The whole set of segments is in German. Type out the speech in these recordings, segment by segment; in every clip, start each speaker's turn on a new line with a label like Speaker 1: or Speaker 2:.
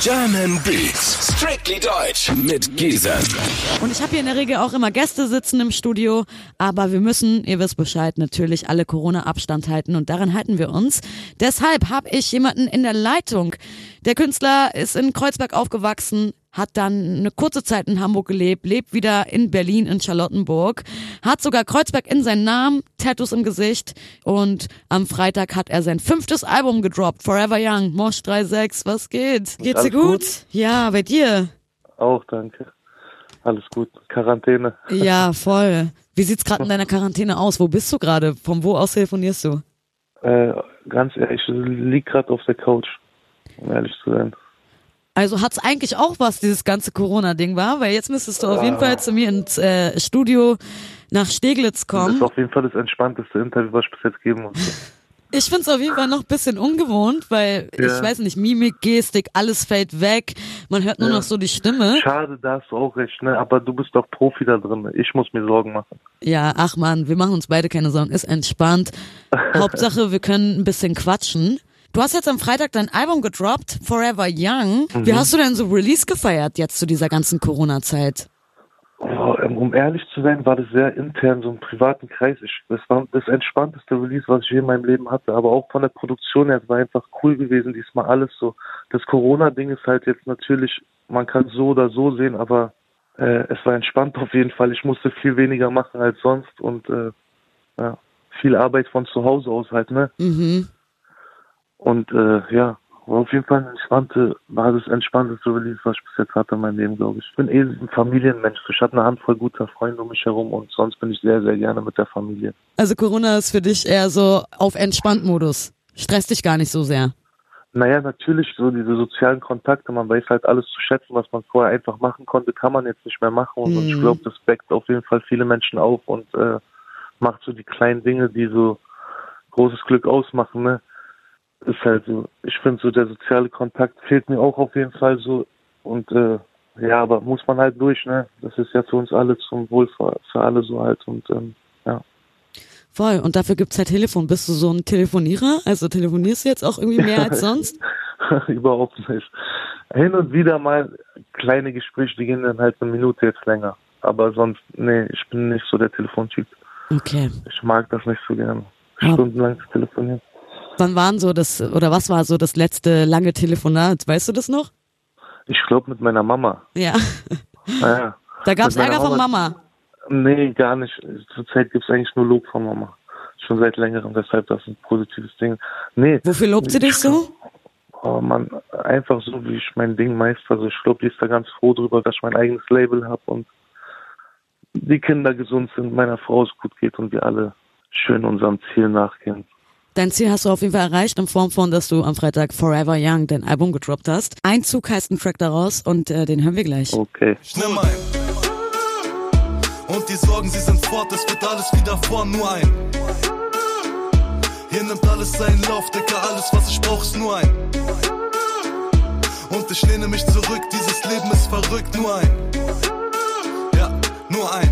Speaker 1: German Beats, strictly deutsch mit Gisem.
Speaker 2: Und ich habe hier in der Regel auch immer Gäste sitzen im Studio, aber wir müssen, ihr wisst Bescheid, natürlich alle Corona-Abstand halten und daran halten wir uns. Deshalb habe ich jemanden in der Leitung. Der Künstler ist in Kreuzberg aufgewachsen, hat dann eine kurze Zeit in Hamburg gelebt, lebt wieder in Berlin, in Charlottenburg, hat sogar Kreuzberg in seinen Namen, Tattoos im Gesicht und am Freitag hat er sein fünftes Album gedroppt, Forever Young, Mosh 36, was geht? Geht's dir
Speaker 3: alles
Speaker 2: gut?
Speaker 3: gut?
Speaker 2: Ja, bei dir?
Speaker 3: Auch, danke. Alles gut. Quarantäne.
Speaker 2: Ja, voll. Wie sieht's gerade in deiner Quarantäne aus? Wo bist du gerade? Von wo aus telefonierst du?
Speaker 3: Äh, ganz ehrlich, ich lieg grad auf der Couch, um ehrlich zu sein.
Speaker 2: Also hat's eigentlich auch was, dieses ganze Corona-Ding war, weil jetzt müsstest du auf jeden Fall zu mir ins äh, Studio nach Steglitz
Speaker 3: Das
Speaker 2: kommen.
Speaker 3: ist auf jeden Fall das entspannteste Interview, was ich bis jetzt geben muss.
Speaker 2: Ich find's auf jeden Fall noch ein bisschen ungewohnt, weil
Speaker 3: Ja.
Speaker 2: ich weiß nicht, Mimik, Gestik, alles fällt weg. Man hört nur noch so die Stimme.
Speaker 3: Schade, da hast du auch recht, ne? Aber du bist doch Profi da drin. Ich muss mir Sorgen machen.
Speaker 2: Ja, ach man, wir machen uns beide keine Sorgen, ist entspannt. Hauptsache, wir können ein bisschen quatschen. Du hast jetzt am Freitag dein Album gedroppt, Forever Young. Wie
Speaker 3: Mhm.
Speaker 2: hast du denn so Release gefeiert jetzt zu dieser ganzen Corona-Zeit?
Speaker 3: Oh, ähm, um ehrlich zu sein, war das sehr intern, so im privaten Kreis. Ich, das war das entspannteste Release, was ich je in meinem Leben hatte. Aber auch von der Produktion her, es war einfach cool gewesen, diesmal alles so. Das Corona-Ding ist halt jetzt natürlich, man kann so oder so sehen, aber äh, es war entspannt auf jeden Fall. Ich musste viel weniger machen als sonst und äh, ja, viel Arbeit von zu Hause aus halt, ne?
Speaker 2: Mhm.
Speaker 3: Und äh, ja, war auf jeden Fall eine entspannte, war das entspannteste Release, was ich bis jetzt hatte in meinem Leben, glaube ich. Ich bin eh ein Familienmensch. Ich habe eine Handvoll guter Freunde um mich herum und sonst bin ich sehr, sehr gerne mit der Familie.
Speaker 2: Also Corona ist für dich eher so auf Entspannt-Modus. Stresst dich gar nicht so sehr.
Speaker 3: Naja, natürlich, so diese sozialen Kontakte, man weiß halt alles zu schätzen, was man vorher einfach machen konnte, kann man jetzt nicht mehr machen. Und ich glaube, das weckt auf jeden Fall viele Menschen auf und äh, macht so die kleinen Dinge, die so großes Glück ausmachen, ne? Ist halt so, ich finde so, der soziale Kontakt fehlt mir auch auf jeden Fall so. Und äh, ja, aber muss man halt durch, ne? Das ist ja für uns alle zum Wohl für, für alle so halt und ähm, ja.
Speaker 2: Voll. Und dafür gibt's halt Telefon. Bist du so ein Telefonierer? Also telefonierst du jetzt auch irgendwie mehr als sonst?
Speaker 3: Überhaupt nicht. Hin und wieder mal kleine Gespräche, die gehen dann halt eine Minute jetzt länger. Aber sonst, nee, ich bin nicht so der Telefontyp.
Speaker 2: Okay.
Speaker 3: Ich mag das nicht so gerne.
Speaker 2: Ja.
Speaker 3: Stundenlang zu telefonieren.
Speaker 2: Wann waren so das, oder was war so das letzte lange Telefonat? Weißt du das noch?
Speaker 3: Ich glaube mit meiner Mama.
Speaker 2: Ja.
Speaker 3: Naja.
Speaker 2: Da gab's
Speaker 3: Mit meiner
Speaker 2: Ärger von
Speaker 3: Mama-
Speaker 2: Mama.
Speaker 3: Nee, gar nicht. Zurzeit gibt es eigentlich nur Lob von Mama. Schon seit längerem, weshalb das ein positives Ding. Nee.
Speaker 2: Wofür lobt sie dich so?
Speaker 3: Oh Mann, einfach so, wie ich mein Ding meister. Also ich glaube, die ist da ganz froh drüber, dass ich mein eigenes Label habe und die Kinder gesund sind, meiner Frau es gut geht und wir alle schön unserem Ziel nachgehen.
Speaker 2: Dein Ziel hast du auf jeden Fall erreicht in Form von, dass du am Freitag Forever Young dein Album gedroppt hast. Einzug heißt ein Track daraus und äh, den hören wir gleich.
Speaker 3: Okay.
Speaker 4: Ich nimm ein. Und die Sorgen, sie sind fort, es wird alles wieder vor, nur ein. Hier nimmt alles seinen Lauf, Dicker, alles was ich brauch ist nur ein. Und ich lehne mich zurück, dieses Leben ist verrückt, nur ein. Ja, nur ein.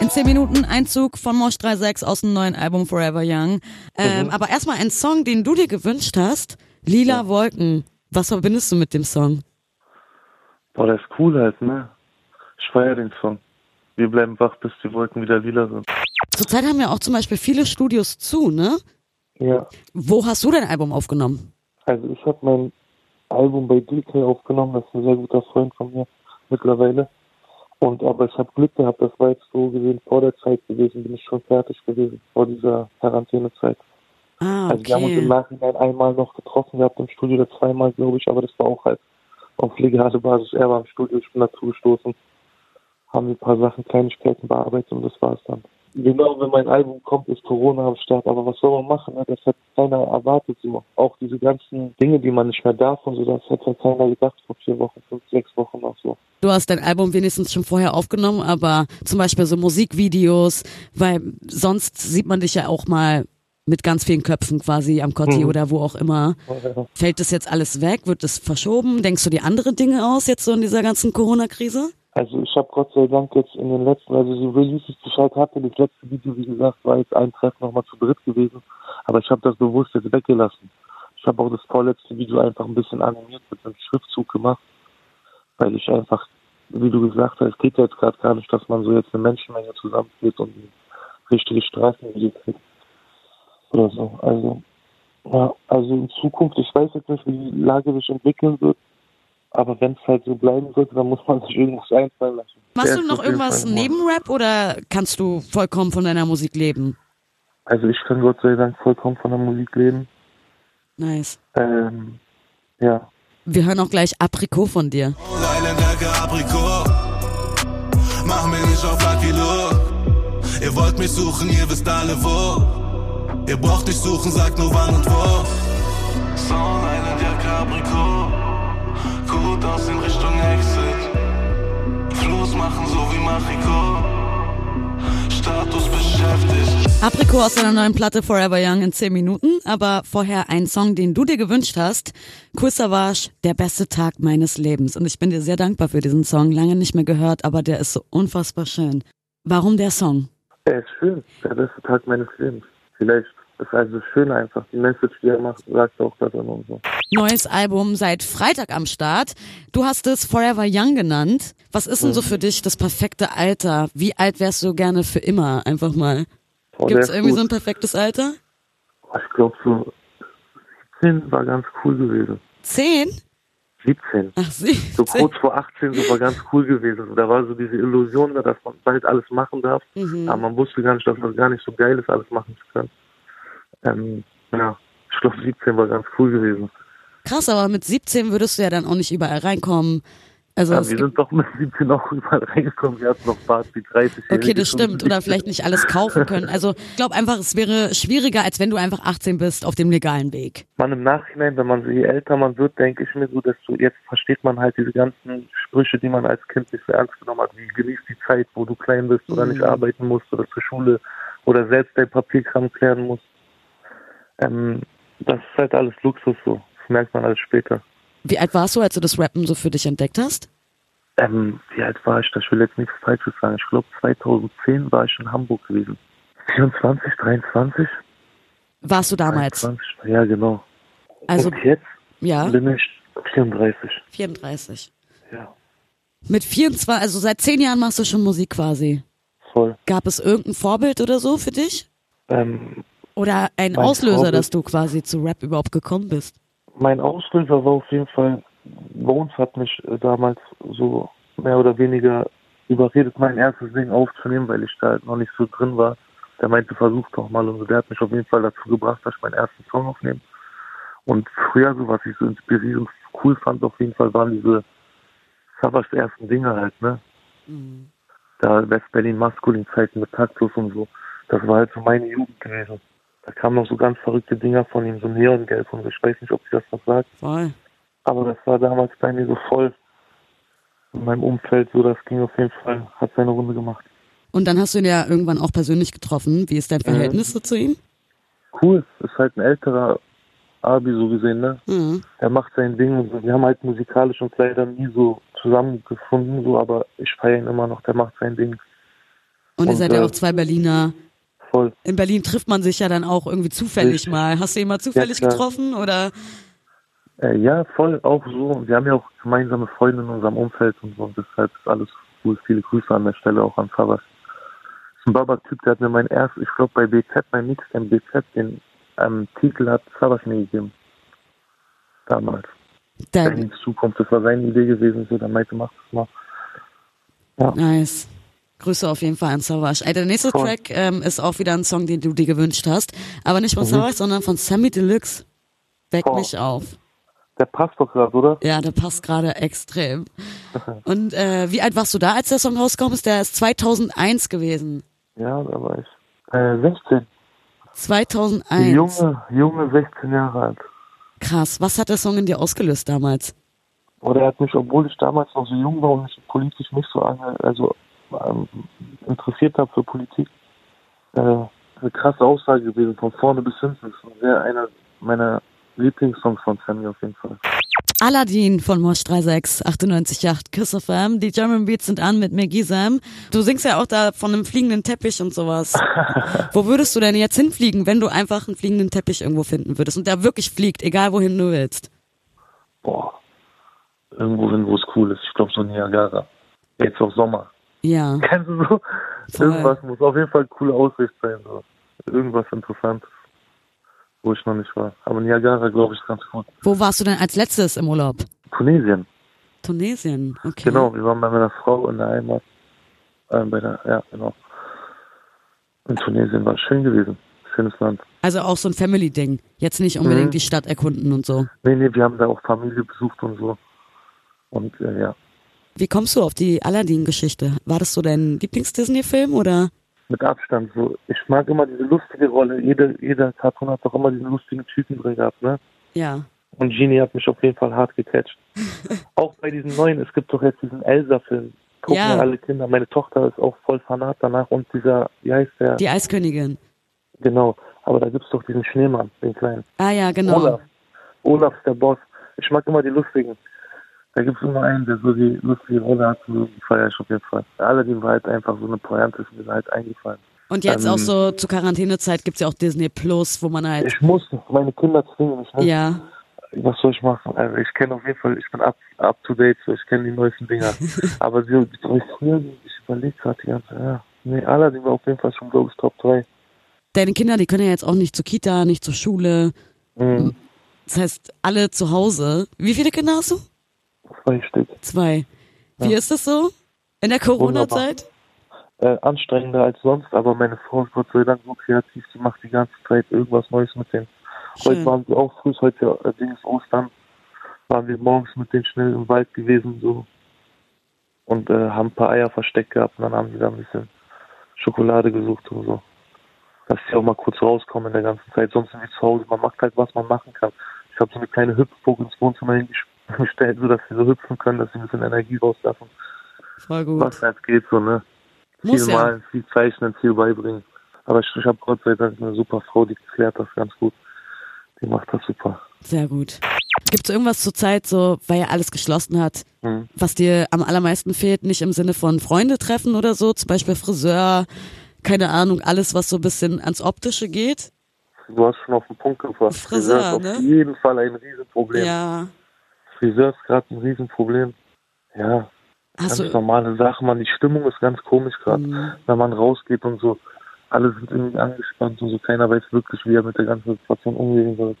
Speaker 2: In 10 Minuten Einzug von Mosh 36 aus dem neuen Album Forever Young.
Speaker 3: Mhm.
Speaker 2: Ähm, Aber erstmal ein Song, den du dir gewünscht hast. Lila Wolken. Was verbindest du mit dem Song?
Speaker 3: Boah, das ist cool halt, ne? Ich feier den Song. Wir bleiben wach, bis die Wolken wieder lila sind.
Speaker 2: Zurzeit haben ja auch zum Beispiel viele Studios zu, ne?
Speaker 3: Ja.
Speaker 2: Wo hast du dein Album aufgenommen?
Speaker 3: Also ich habe mein Album bei DK aufgenommen, das ist ein sehr guter Freund von mir mittlerweile. Und aber ich habe Glück gehabt, das war jetzt so gesehen vor der Zeit gewesen, bin ich schon fertig gewesen, vor dieser Quarantänezeit.
Speaker 2: Ah,
Speaker 3: Also wir haben uns im
Speaker 2: okay.
Speaker 3: Nachhinein einmal noch getroffen gehabt im Studio oder zweimal, glaube ich, aber das war auch halt auf legale Basis. Er war im Studio, ich bin dazugestoßen, haben wir ein paar Sachen, Kleinigkeiten bearbeitet und das war's dann. Genau, wenn mein Album kommt, ist Corona am Start, aber was soll man machen? Ne? Das hat keiner erwartet so. Auch diese ganzen Dinge, die man nicht mehr darf und so, das hat halt keiner gedacht vor vier Wochen, fünf, sechs Wochen noch so.
Speaker 2: Du hast dein Album wenigstens schon vorher aufgenommen, aber zum Beispiel so Musikvideos, weil sonst sieht man dich ja auch mal mit ganz vielen Köpfen quasi am Kotti
Speaker 3: Mhm.
Speaker 2: oder wo auch immer. Fällt das jetzt alles weg? Wird das verschoben? Denkst du dir andere Dinge aus jetzt so in dieser ganzen Corona-Krise?
Speaker 3: Also ich habe Gott sei Dank jetzt in den letzten, also die Releases, die ich halt hatte, das letzte Video, wie gesagt, war jetzt ein Treffen nochmal zu dritt gewesen, aber ich habe das bewusst jetzt weggelassen. Ich Ich habe auch das vorletzte Video einfach ein bisschen animiert mit einem Schriftzug gemacht, weil ich einfach, wie du gesagt hast, es geht jetzt gerade gar nicht, dass man so jetzt eine Menschenmenge zusammenführt und ein richtiges Straßenvideo kriegt. Oder so. Also, ja, also in Zukunft, ich weiß jetzt nicht, wie die Lage sich entwickeln wird, aber wenn es halt so bleiben wird, dann muss man sich irgendwas einfallen lassen.
Speaker 2: Machst
Speaker 3: Der
Speaker 2: du
Speaker 3: ist
Speaker 2: noch
Speaker 3: auf jeden
Speaker 2: irgendwas
Speaker 3: Fall-
Speaker 2: neben Rap oder kannst du vollkommen von deiner Musik leben?
Speaker 3: Also ich kann Gott sei Dank vollkommen von der Musik leben.
Speaker 2: Nice.
Speaker 3: Ähm, ja.
Speaker 2: Wir hören auch gleich Aprikot von dir.
Speaker 4: Eilenberger Aprikot. Mach mir nicht auf Lucky Look. Ihr wollt mich suchen, ihr wisst alle wo. Ihr braucht nicht suchen, sagt nur wann und wo. Sound Eilenberger Aprikot. Gut aus in Richtung Exit. Fluss machen so wie Machiko. Status beschäftigt.
Speaker 2: Aprikot aus seiner neuen Platte Forever Young in 10 Minuten, aber vorher ein Song, den du dir gewünscht hast. Cool Savage, der beste Tag meines Lebens. Und ich bin dir sehr dankbar für diesen Song. Lange nicht mehr gehört, aber der ist so unfassbar schön. Warum der Song?
Speaker 3: Er ist schön. Der beste Tag meines Lebens. Vielleicht ist also schön einfach. Die Message, die er macht, sagt auch da drin und so.
Speaker 2: Neues Album seit Freitag am Start. Du hast es Forever Young genannt. Was ist denn so für dich das perfekte Alter? Wie alt wärst du gerne für immer? Einfach mal.
Speaker 3: Boah, Oh, der
Speaker 2: Gibt's
Speaker 3: ist
Speaker 2: irgendwie so
Speaker 3: gut.
Speaker 2: ein perfektes Alter?
Speaker 3: Ich glaube so 17 war ganz cool gewesen.
Speaker 2: Zehn?
Speaker 3: 17.
Speaker 2: Ach, sie.
Speaker 3: So kurz vor 18 so war ganz cool gewesen. Da war so diese Illusion da, dass man bald alles machen darf.
Speaker 2: Mhm.
Speaker 3: Aber man wusste gar nicht, dass man gar nicht so geil ist, alles machen zu können. Ähm, ja, ich glaube 17 war ganz cool gewesen.
Speaker 2: Krass, aber mit 17 würdest du ja dann auch nicht überall reinkommen. Also
Speaker 3: Ja,
Speaker 2: es
Speaker 3: wir
Speaker 2: gibt,
Speaker 3: sind doch mit 17 auch überall reingekommen. Wir hatten noch Bart wie 30
Speaker 2: okay, das stimmt. Oder vielleicht nicht alles kaufen können. Also ich glaube einfach, es wäre schwieriger, als wenn du einfach 18 bist auf dem legalen Weg.
Speaker 3: Man im Nachhinein, wenn man so je älter man wird, denke ich mir so, desto jetzt versteht man halt diese ganzen Sprüche, die man als Kind nicht so ernst genommen hat, wie genieß die Zeit, wo du klein bist oder
Speaker 2: Mhm.
Speaker 3: nicht arbeiten musst oder zur Schule oder selbst dein Papierkram klären musst. Ähm, das ist halt alles Luxus so. Das merkt man alles später.
Speaker 2: Wie alt warst du, als du das Rappen so für dich entdeckt hast?
Speaker 3: Ähm, wie alt war ich? da? Ich will jetzt nichts Falsches sagen. Ich glaube 2010 war ich in Hamburg gewesen. 24, 23?
Speaker 2: Warst du damals?
Speaker 3: 23, ja genau.
Speaker 2: Also
Speaker 3: Und jetzt
Speaker 2: ja,
Speaker 3: bin ich 34.
Speaker 2: 34.
Speaker 3: Ja,
Speaker 2: Mit 24, also seit 10 Jahren machst du schon Musik quasi.
Speaker 3: voll.
Speaker 2: Gab es irgendein Vorbild oder so für dich?
Speaker 3: Ähm,
Speaker 2: Oder ein
Speaker 3: Mein
Speaker 2: Auslöser,
Speaker 3: Vorbild-
Speaker 2: dass du quasi zu Rap überhaupt gekommen bist?
Speaker 3: mein Auslöser war auf jeden Fall, Bones hat mich äh, damals so mehr oder weniger überredet, mein erstes Ding aufzunehmen, weil ich da halt noch nicht so drin war. Der meinte, versuch doch mal und so. Der hat mich auf jeden Fall dazu gebracht, dass ich meinen ersten Song aufnehme. Und früher, so was ich so inspirierend cool fand, auf jeden Fall waren diese Savas ersten Dinge halt, ne? Da West-Berlin Maskulin-Zeiten mit Taktlos und so. Das war halt so meine Jugend gewesen. Da kamen noch so ganz verrückte Dinger von ihm, so Neongelb und so. ich weiß nicht, ob sie das noch sagt.
Speaker 2: Voll.
Speaker 3: Aber das war damals bei mir so voll in meinem Umfeld, so das ging auf jeden Fall, hat seine Runde gemacht.
Speaker 2: Und dann hast du ihn ja irgendwann auch persönlich getroffen. Wie ist
Speaker 3: Mhm.
Speaker 2: dein Verhältnis so zu ihm?
Speaker 3: Cool, ist halt ein älterer Abi so gesehen, ne?
Speaker 2: Mhm.
Speaker 3: Er macht sein Ding und so. Wir haben halt musikalisch uns leider nie so zusammengefunden, so, aber ich feiere ihn immer noch, der macht sein Ding
Speaker 2: Und ihr
Speaker 3: Und,
Speaker 2: seid ja
Speaker 3: äh,
Speaker 2: auch zwei Berliner.
Speaker 3: voll.
Speaker 2: In Berlin trifft man sich ja dann auch irgendwie zufällig
Speaker 3: Richtig.
Speaker 2: mal. Hast du ihn mal zufällig
Speaker 3: klar.
Speaker 2: getroffen oder?
Speaker 3: Äh, ja, voll, auch so. Wir haben ja auch gemeinsame Freunde in unserem Umfeld und so und deshalb ist alles cool. Viele Grüße an der Stelle auch an Favas. Ist ein Baba-Typ, der hat mir mein erstes, ich glaube bei BZ, mein Mixcamp BZ, den ähm, Titel hat Favas mir gegeben. Damals.
Speaker 2: Da,
Speaker 3: Wenn nichts zukommt, das war seine Idee gewesen, so, dann meinte, mach das mal.
Speaker 2: nice. Grüße auf jeden Fall an Savage. Ey, der nächste
Speaker 3: Voll.
Speaker 2: Track ähm, ist auch wieder ein Song, den du dir gewünscht hast. Aber nicht von
Speaker 3: Mhm.
Speaker 2: Savage, sondern von Sammy Deluxe. Weck
Speaker 3: Voll.
Speaker 2: mich auf.
Speaker 3: Der passt doch gerade, oder?
Speaker 2: Ja, der passt gerade extrem. Und äh, wie alt warst du da, als der Song rausgekommen ist? Der ist 2001 gewesen.
Speaker 3: Ja, da war ich. Äh, 16.
Speaker 2: 2001.
Speaker 3: Junge, junge 16 Jahre alt.
Speaker 2: Krass. Was hat der Song in dir ausgelöst damals?
Speaker 3: Oder er hat mich, obwohl ich damals noch so jung war und mich politisch nicht so ange also, ähm, interessiert habe für Politik, äh, eine krasse Aussage gewesen, von vorne bis hinten. Das ist sehr einer meiner Lieblingssongs von Sammy auf jeden Fall.
Speaker 2: Aladdin von Mosch 36, 98,8 Kiss FM. Die German Beats sind an mit mir, Gisem. Du singst ja auch da von einem fliegenden Teppich und sowas. Wo würdest du denn jetzt hinfliegen, wenn du einfach einen fliegenden Teppich irgendwo finden würdest und der wirklich fliegt, egal wohin du willst?
Speaker 3: Boah. Irgendwo hin, wo es cool ist. Ich glaube so Niagara. Jetzt auch Sommer.
Speaker 2: Ja.
Speaker 3: Kennst du so?
Speaker 2: Voll.
Speaker 3: Irgendwas muss auf jeden Fall eine coole Ausricht sein. So. Irgendwas Interessantes, wo ich noch nicht war. Aber Niagara, glaube ich, ist ganz gut.
Speaker 2: Wo warst du denn als letztes im Urlaub?
Speaker 3: Tunesien,
Speaker 2: Tunesien, okay.
Speaker 3: genau. Wir waren bei meiner Frau in der Heimat. Ähm, bei der, ja, genau. In Tunesien war schön gewesen. Schönes Land.
Speaker 2: Also auch so ein Family-Ding. Jetzt nicht unbedingt die Stadt erkunden und so.
Speaker 3: Nee, nee, wir haben da auch Familie besucht und so. Und äh, ja,
Speaker 2: Wie kommst du auf die Aladdin-Geschichte? War das so dein Lieblings-Disney-Film oder?
Speaker 3: mit Abstand so. Ich mag immer diese lustige Rolle. Jeder, jeder Cartoon hat doch immer diesen lustigen Typen drin gehabt, ne?
Speaker 2: Ja.
Speaker 3: Und Genie hat mich auf jeden Fall hart gecatcht. auch bei diesen neuen, es gibt doch jetzt diesen Elsa-Film. Gucken
Speaker 2: Ja.
Speaker 3: ja. alle Kinder. Meine Tochter ist auch voll Fanat danach und dieser, wie heißt der?
Speaker 2: Die Eiskönigin.
Speaker 3: Genau. Aber da gibt's doch diesen Schneemann, den kleinen.
Speaker 2: Ah ja, genau.
Speaker 3: Olaf. Olaf ist der Boss. Ich mag immer die Lustigen. Da gibt's immer einen, der so die lustige Rolle hat. und Die feier ich auf jeden Fall. Aladdin war halt einfach so eine Pointe, ist mir halt eingefallen.
Speaker 2: Und jetzt
Speaker 3: Ähm,
Speaker 2: auch so zur Quarantänezeit gibt's ja auch Disney Plus, wo man halt.
Speaker 3: Ich muss meine Kinder zwingen. Ich, ne?
Speaker 2: Ja.
Speaker 3: Was soll ich machen? Also ich kenne auf jeden Fall, ich bin up, up to date, so ich kenne die neuesten Dinger. Aber so, so früher, ich überlege gerade die ganze ja. Nee, Aladdin war auf jeden Fall schon, glaube ich, Top 3.
Speaker 2: Deine Kinder, die können ja jetzt auch nicht zur Kita, nicht zur Schule.
Speaker 3: Mhm.
Speaker 2: Das heißt, alle zu Hause. Wie viele Kinder hast du?
Speaker 3: Zwei Stück.
Speaker 2: Zwei. Wie ist das so? In der Corona-Zeit?
Speaker 3: Äh, anstrengender als sonst, aber meine Frau ist Gott sei Dank so kreativ, die macht die ganze Zeit irgendwas Neues mit denen.
Speaker 2: Schön.
Speaker 3: Heute waren sie auch früh, heute äh, Ding ist Ostern, waren wir morgens mit denen schnell im Wald gewesen so und äh, haben ein paar Eier versteckt gehabt und dann haben sie da ein bisschen Schokolade gesucht und so. Dass sie auch mal kurz rauskommen in der ganzen Zeit, sonst sind wir zu Hause, man macht halt, was man machen kann. Ich habe so eine kleine Hüpfburg ins Wohnzimmer hingestellt, sodass sie so hüpfen können, dass sie ein bisschen Energie rauslassen.
Speaker 2: Voll gut.
Speaker 3: Was halt geht so, ne? Viel
Speaker 2: Muss ja.
Speaker 3: malen, viel zeichnen, viel beibringen. Aber ich, ich habe Gott sei Dank eine super Frau, die klärt das ganz gut. Die macht das super.
Speaker 2: Sehr gut. Gibt's irgendwas zur Zeit, so, weil ja alles geschlossen hat,
Speaker 3: Mhm.
Speaker 2: was dir am allermeisten fehlt? Nicht im Sinne von Freunde treffen oder so, zum Beispiel Friseur, keine Ahnung, alles, was so ein bisschen ans Optische geht?
Speaker 3: Du hast schon auf den Punkt gebracht.
Speaker 2: Friseur,
Speaker 3: ist auf
Speaker 2: ne?
Speaker 3: jeden Fall ein Riesenproblem.
Speaker 2: Ja.
Speaker 3: Friseur ist gerade ein Riesenproblem. Ja,
Speaker 2: Hast
Speaker 3: ganz genau.
Speaker 2: du,
Speaker 3: normale Sache, man. Die Stimmung ist ganz komisch gerade.
Speaker 2: Mhm.
Speaker 3: Wenn man rausgeht und so, alle sind irgendwie angespannt und so, keiner weiß wirklich, wie er mit der ganzen Situation umgehen soll.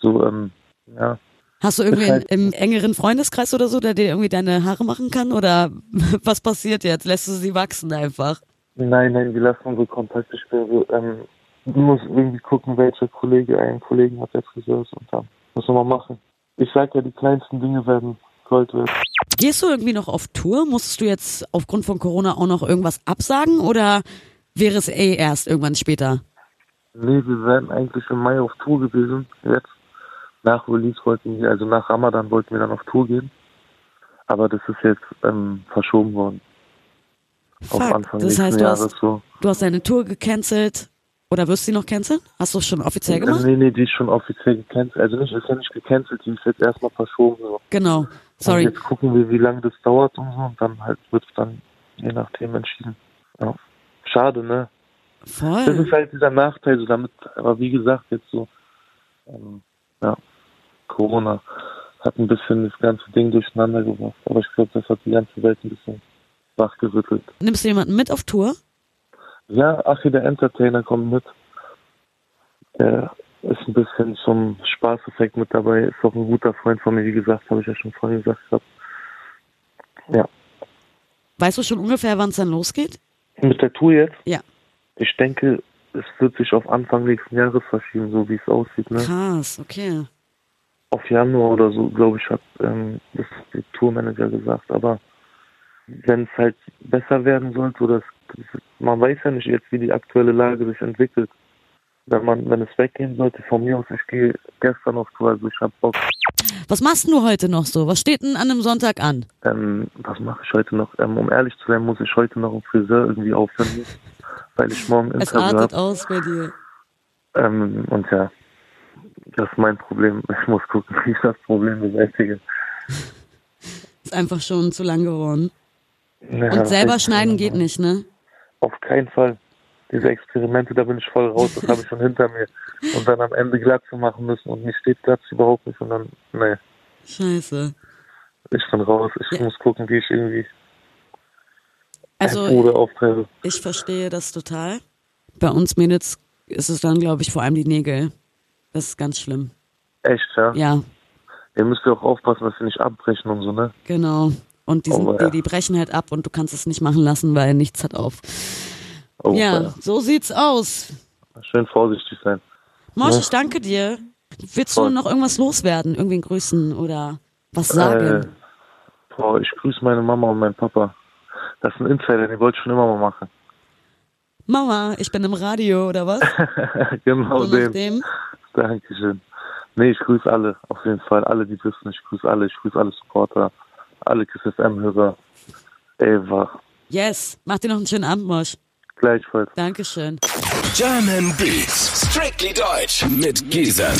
Speaker 3: So, ähm, ja.
Speaker 2: hast du irgendwie
Speaker 3: Bescheid.
Speaker 2: im engeren Freundeskreis oder so, der dir irgendwie deine Haare machen kann? Oder was passiert jetzt? Lässt du sie wachsen einfach?
Speaker 3: Nein, nein, wir lassen unsere Kontakte sperren. Ähm, du musst irgendwie gucken, welcher Kollege einen Kollegen hat, der Friseur ist und dann muss man mal machen. Ich sag ja, die kleinsten Dinge werden Gold wert.
Speaker 2: Gehst du irgendwie noch auf Tour? Musstest du jetzt aufgrund von Corona auch noch irgendwas absagen oder wäre es eh erst irgendwann später?
Speaker 3: Nee, wir wären eigentlich im Mai auf Tour gewesen. Jetzt, nach Release wollten wir, also nach Ramadan wollten wir dann auf Tour gehen. Aber das ist jetzt ähm, verschoben worden. auf
Speaker 2: Fuck.
Speaker 3: Anfang
Speaker 2: das
Speaker 3: nächsten
Speaker 2: heißt, du
Speaker 3: Jahres
Speaker 2: hast,
Speaker 3: so.
Speaker 2: du hast deine Tour gecancelt oder wirst du sie noch canceln? Hast du es schon
Speaker 3: Äh,
Speaker 2: offiziell gemacht?
Speaker 3: Ähm, Nee, nee, die ist schon offiziell gecancelt. Also nicht, ist ja nicht gecancelt, die ist jetzt erstmal verschoben. So.
Speaker 2: Genau.
Speaker 3: Und
Speaker 2: Sorry.
Speaker 3: jetzt gucken wir, wie lange das dauert und so. Und dann halt wird es dann je nachdem entschieden. Ja. Schade, ne? Das
Speaker 2: Voll.
Speaker 3: ist halt dieser Nachteil, so damit, aber wie gesagt, jetzt so, ähm, ja, Corona hat ein bisschen das ganze Ding durcheinander gebracht. Aber ich glaube, das hat die ganze Welt ein bisschen wachgerüttelt.
Speaker 2: Nimmst du jemanden mit auf Tour?
Speaker 3: Ja, Achi, der Entertainer kommt mit. Der ist ein bisschen zum Spaßeffekt mit dabei. Ist auch ein guter Freund von mir, wie gesagt, habe ich ja schon vorhin gesagt gehabt. Ja.
Speaker 2: Weißt du schon ungefähr, wann es dann losgeht?
Speaker 3: Mit der Tour jetzt?
Speaker 2: Ja.
Speaker 3: Ich denke, es wird sich auf Anfang nächsten Jahres verschieben, so wie es aussieht. Ne?
Speaker 2: Krass, okay.
Speaker 3: Auf Januar oder so, glaube ich, hat ähm, das der Tourmanager gesagt. Aber wenn es halt besser werden sollte, oder es, man weiß ja nicht jetzt, wie die aktuelle Lage sich entwickelt. Wenn man, wenn es weggehen sollte, von mir aus, ich gehe gestern auf Tour, also ich habe Bock.
Speaker 2: Was machst denn du heute noch so? Was steht denn an einem Sonntag an?
Speaker 3: Ähm, was mache ich heute noch? Ähm, um ehrlich zu sein, muss ich heute noch im Friseur irgendwie aufhören, weil ich morgen ein
Speaker 2: Es
Speaker 3: Interview habe.
Speaker 2: artet aus bei dir.
Speaker 3: Ähm, und ja, Das ist mein Problem. Ich muss gucken, wie ich das Problem bewältige.
Speaker 2: Ist einfach schon zu lang geworden.
Speaker 3: Ja,
Speaker 2: Und
Speaker 3: das
Speaker 2: selber
Speaker 3: ist-
Speaker 2: schneiden geht nicht, ne?
Speaker 3: Auf keinen Fall. Diese Experimente, da bin ich voll raus, das habe ich schon hinter mir. Und dann am Ende Glatze machen müssen und mir steht Glatze überhaupt nicht und dann, nee,
Speaker 2: Scheiße.
Speaker 3: ich bin raus. Ich muss gucken, wie ich irgendwie
Speaker 2: Also
Speaker 3: Bude auftreibe.
Speaker 2: ich verstehe das total. Bei uns Mädels ist es dann, glaube ich, vor allem die Nägel. Das ist ganz schlimm.
Speaker 3: Echt, ja?
Speaker 2: Ja,
Speaker 3: Ihr müsst ja auch aufpassen, dass ihr nicht abbrechen und so, ne?
Speaker 2: genau. Und die, sind,
Speaker 3: Oh, ja.
Speaker 2: die, die brechen halt ab und du kannst es nicht machen lassen, weil nichts hat auf.
Speaker 3: Oh,
Speaker 2: Ja, so sieht's aus.
Speaker 3: ja. Schön vorsichtig sein.
Speaker 2: Mosch, ich danke dir. Willst du
Speaker 3: Voll.
Speaker 2: noch irgendwas loswerden? Irgendwen grüßen oder was sagen?
Speaker 3: Äh, boah, ich grüße meine Mama und meinen Papa. Das ist ein Insider, den wollte ich schon immer mal machen.
Speaker 2: Mama, ich bin im Radio oder was?
Speaker 3: genau
Speaker 2: So nach
Speaker 3: den.
Speaker 2: dem.
Speaker 3: Dankeschön. Nee, ich grüße alle, auf jeden Fall. Alle, die wissen, ich grüße alle. Ich grüße alle Supporter, alle KSFM-Hörer. Eva,
Speaker 2: Yes, mach dir noch einen schönen Abend, Mosch.
Speaker 3: gleichfalls.
Speaker 2: Dankeschön.
Speaker 1: German Beats. Strictly Deutsch. Mit Giesern.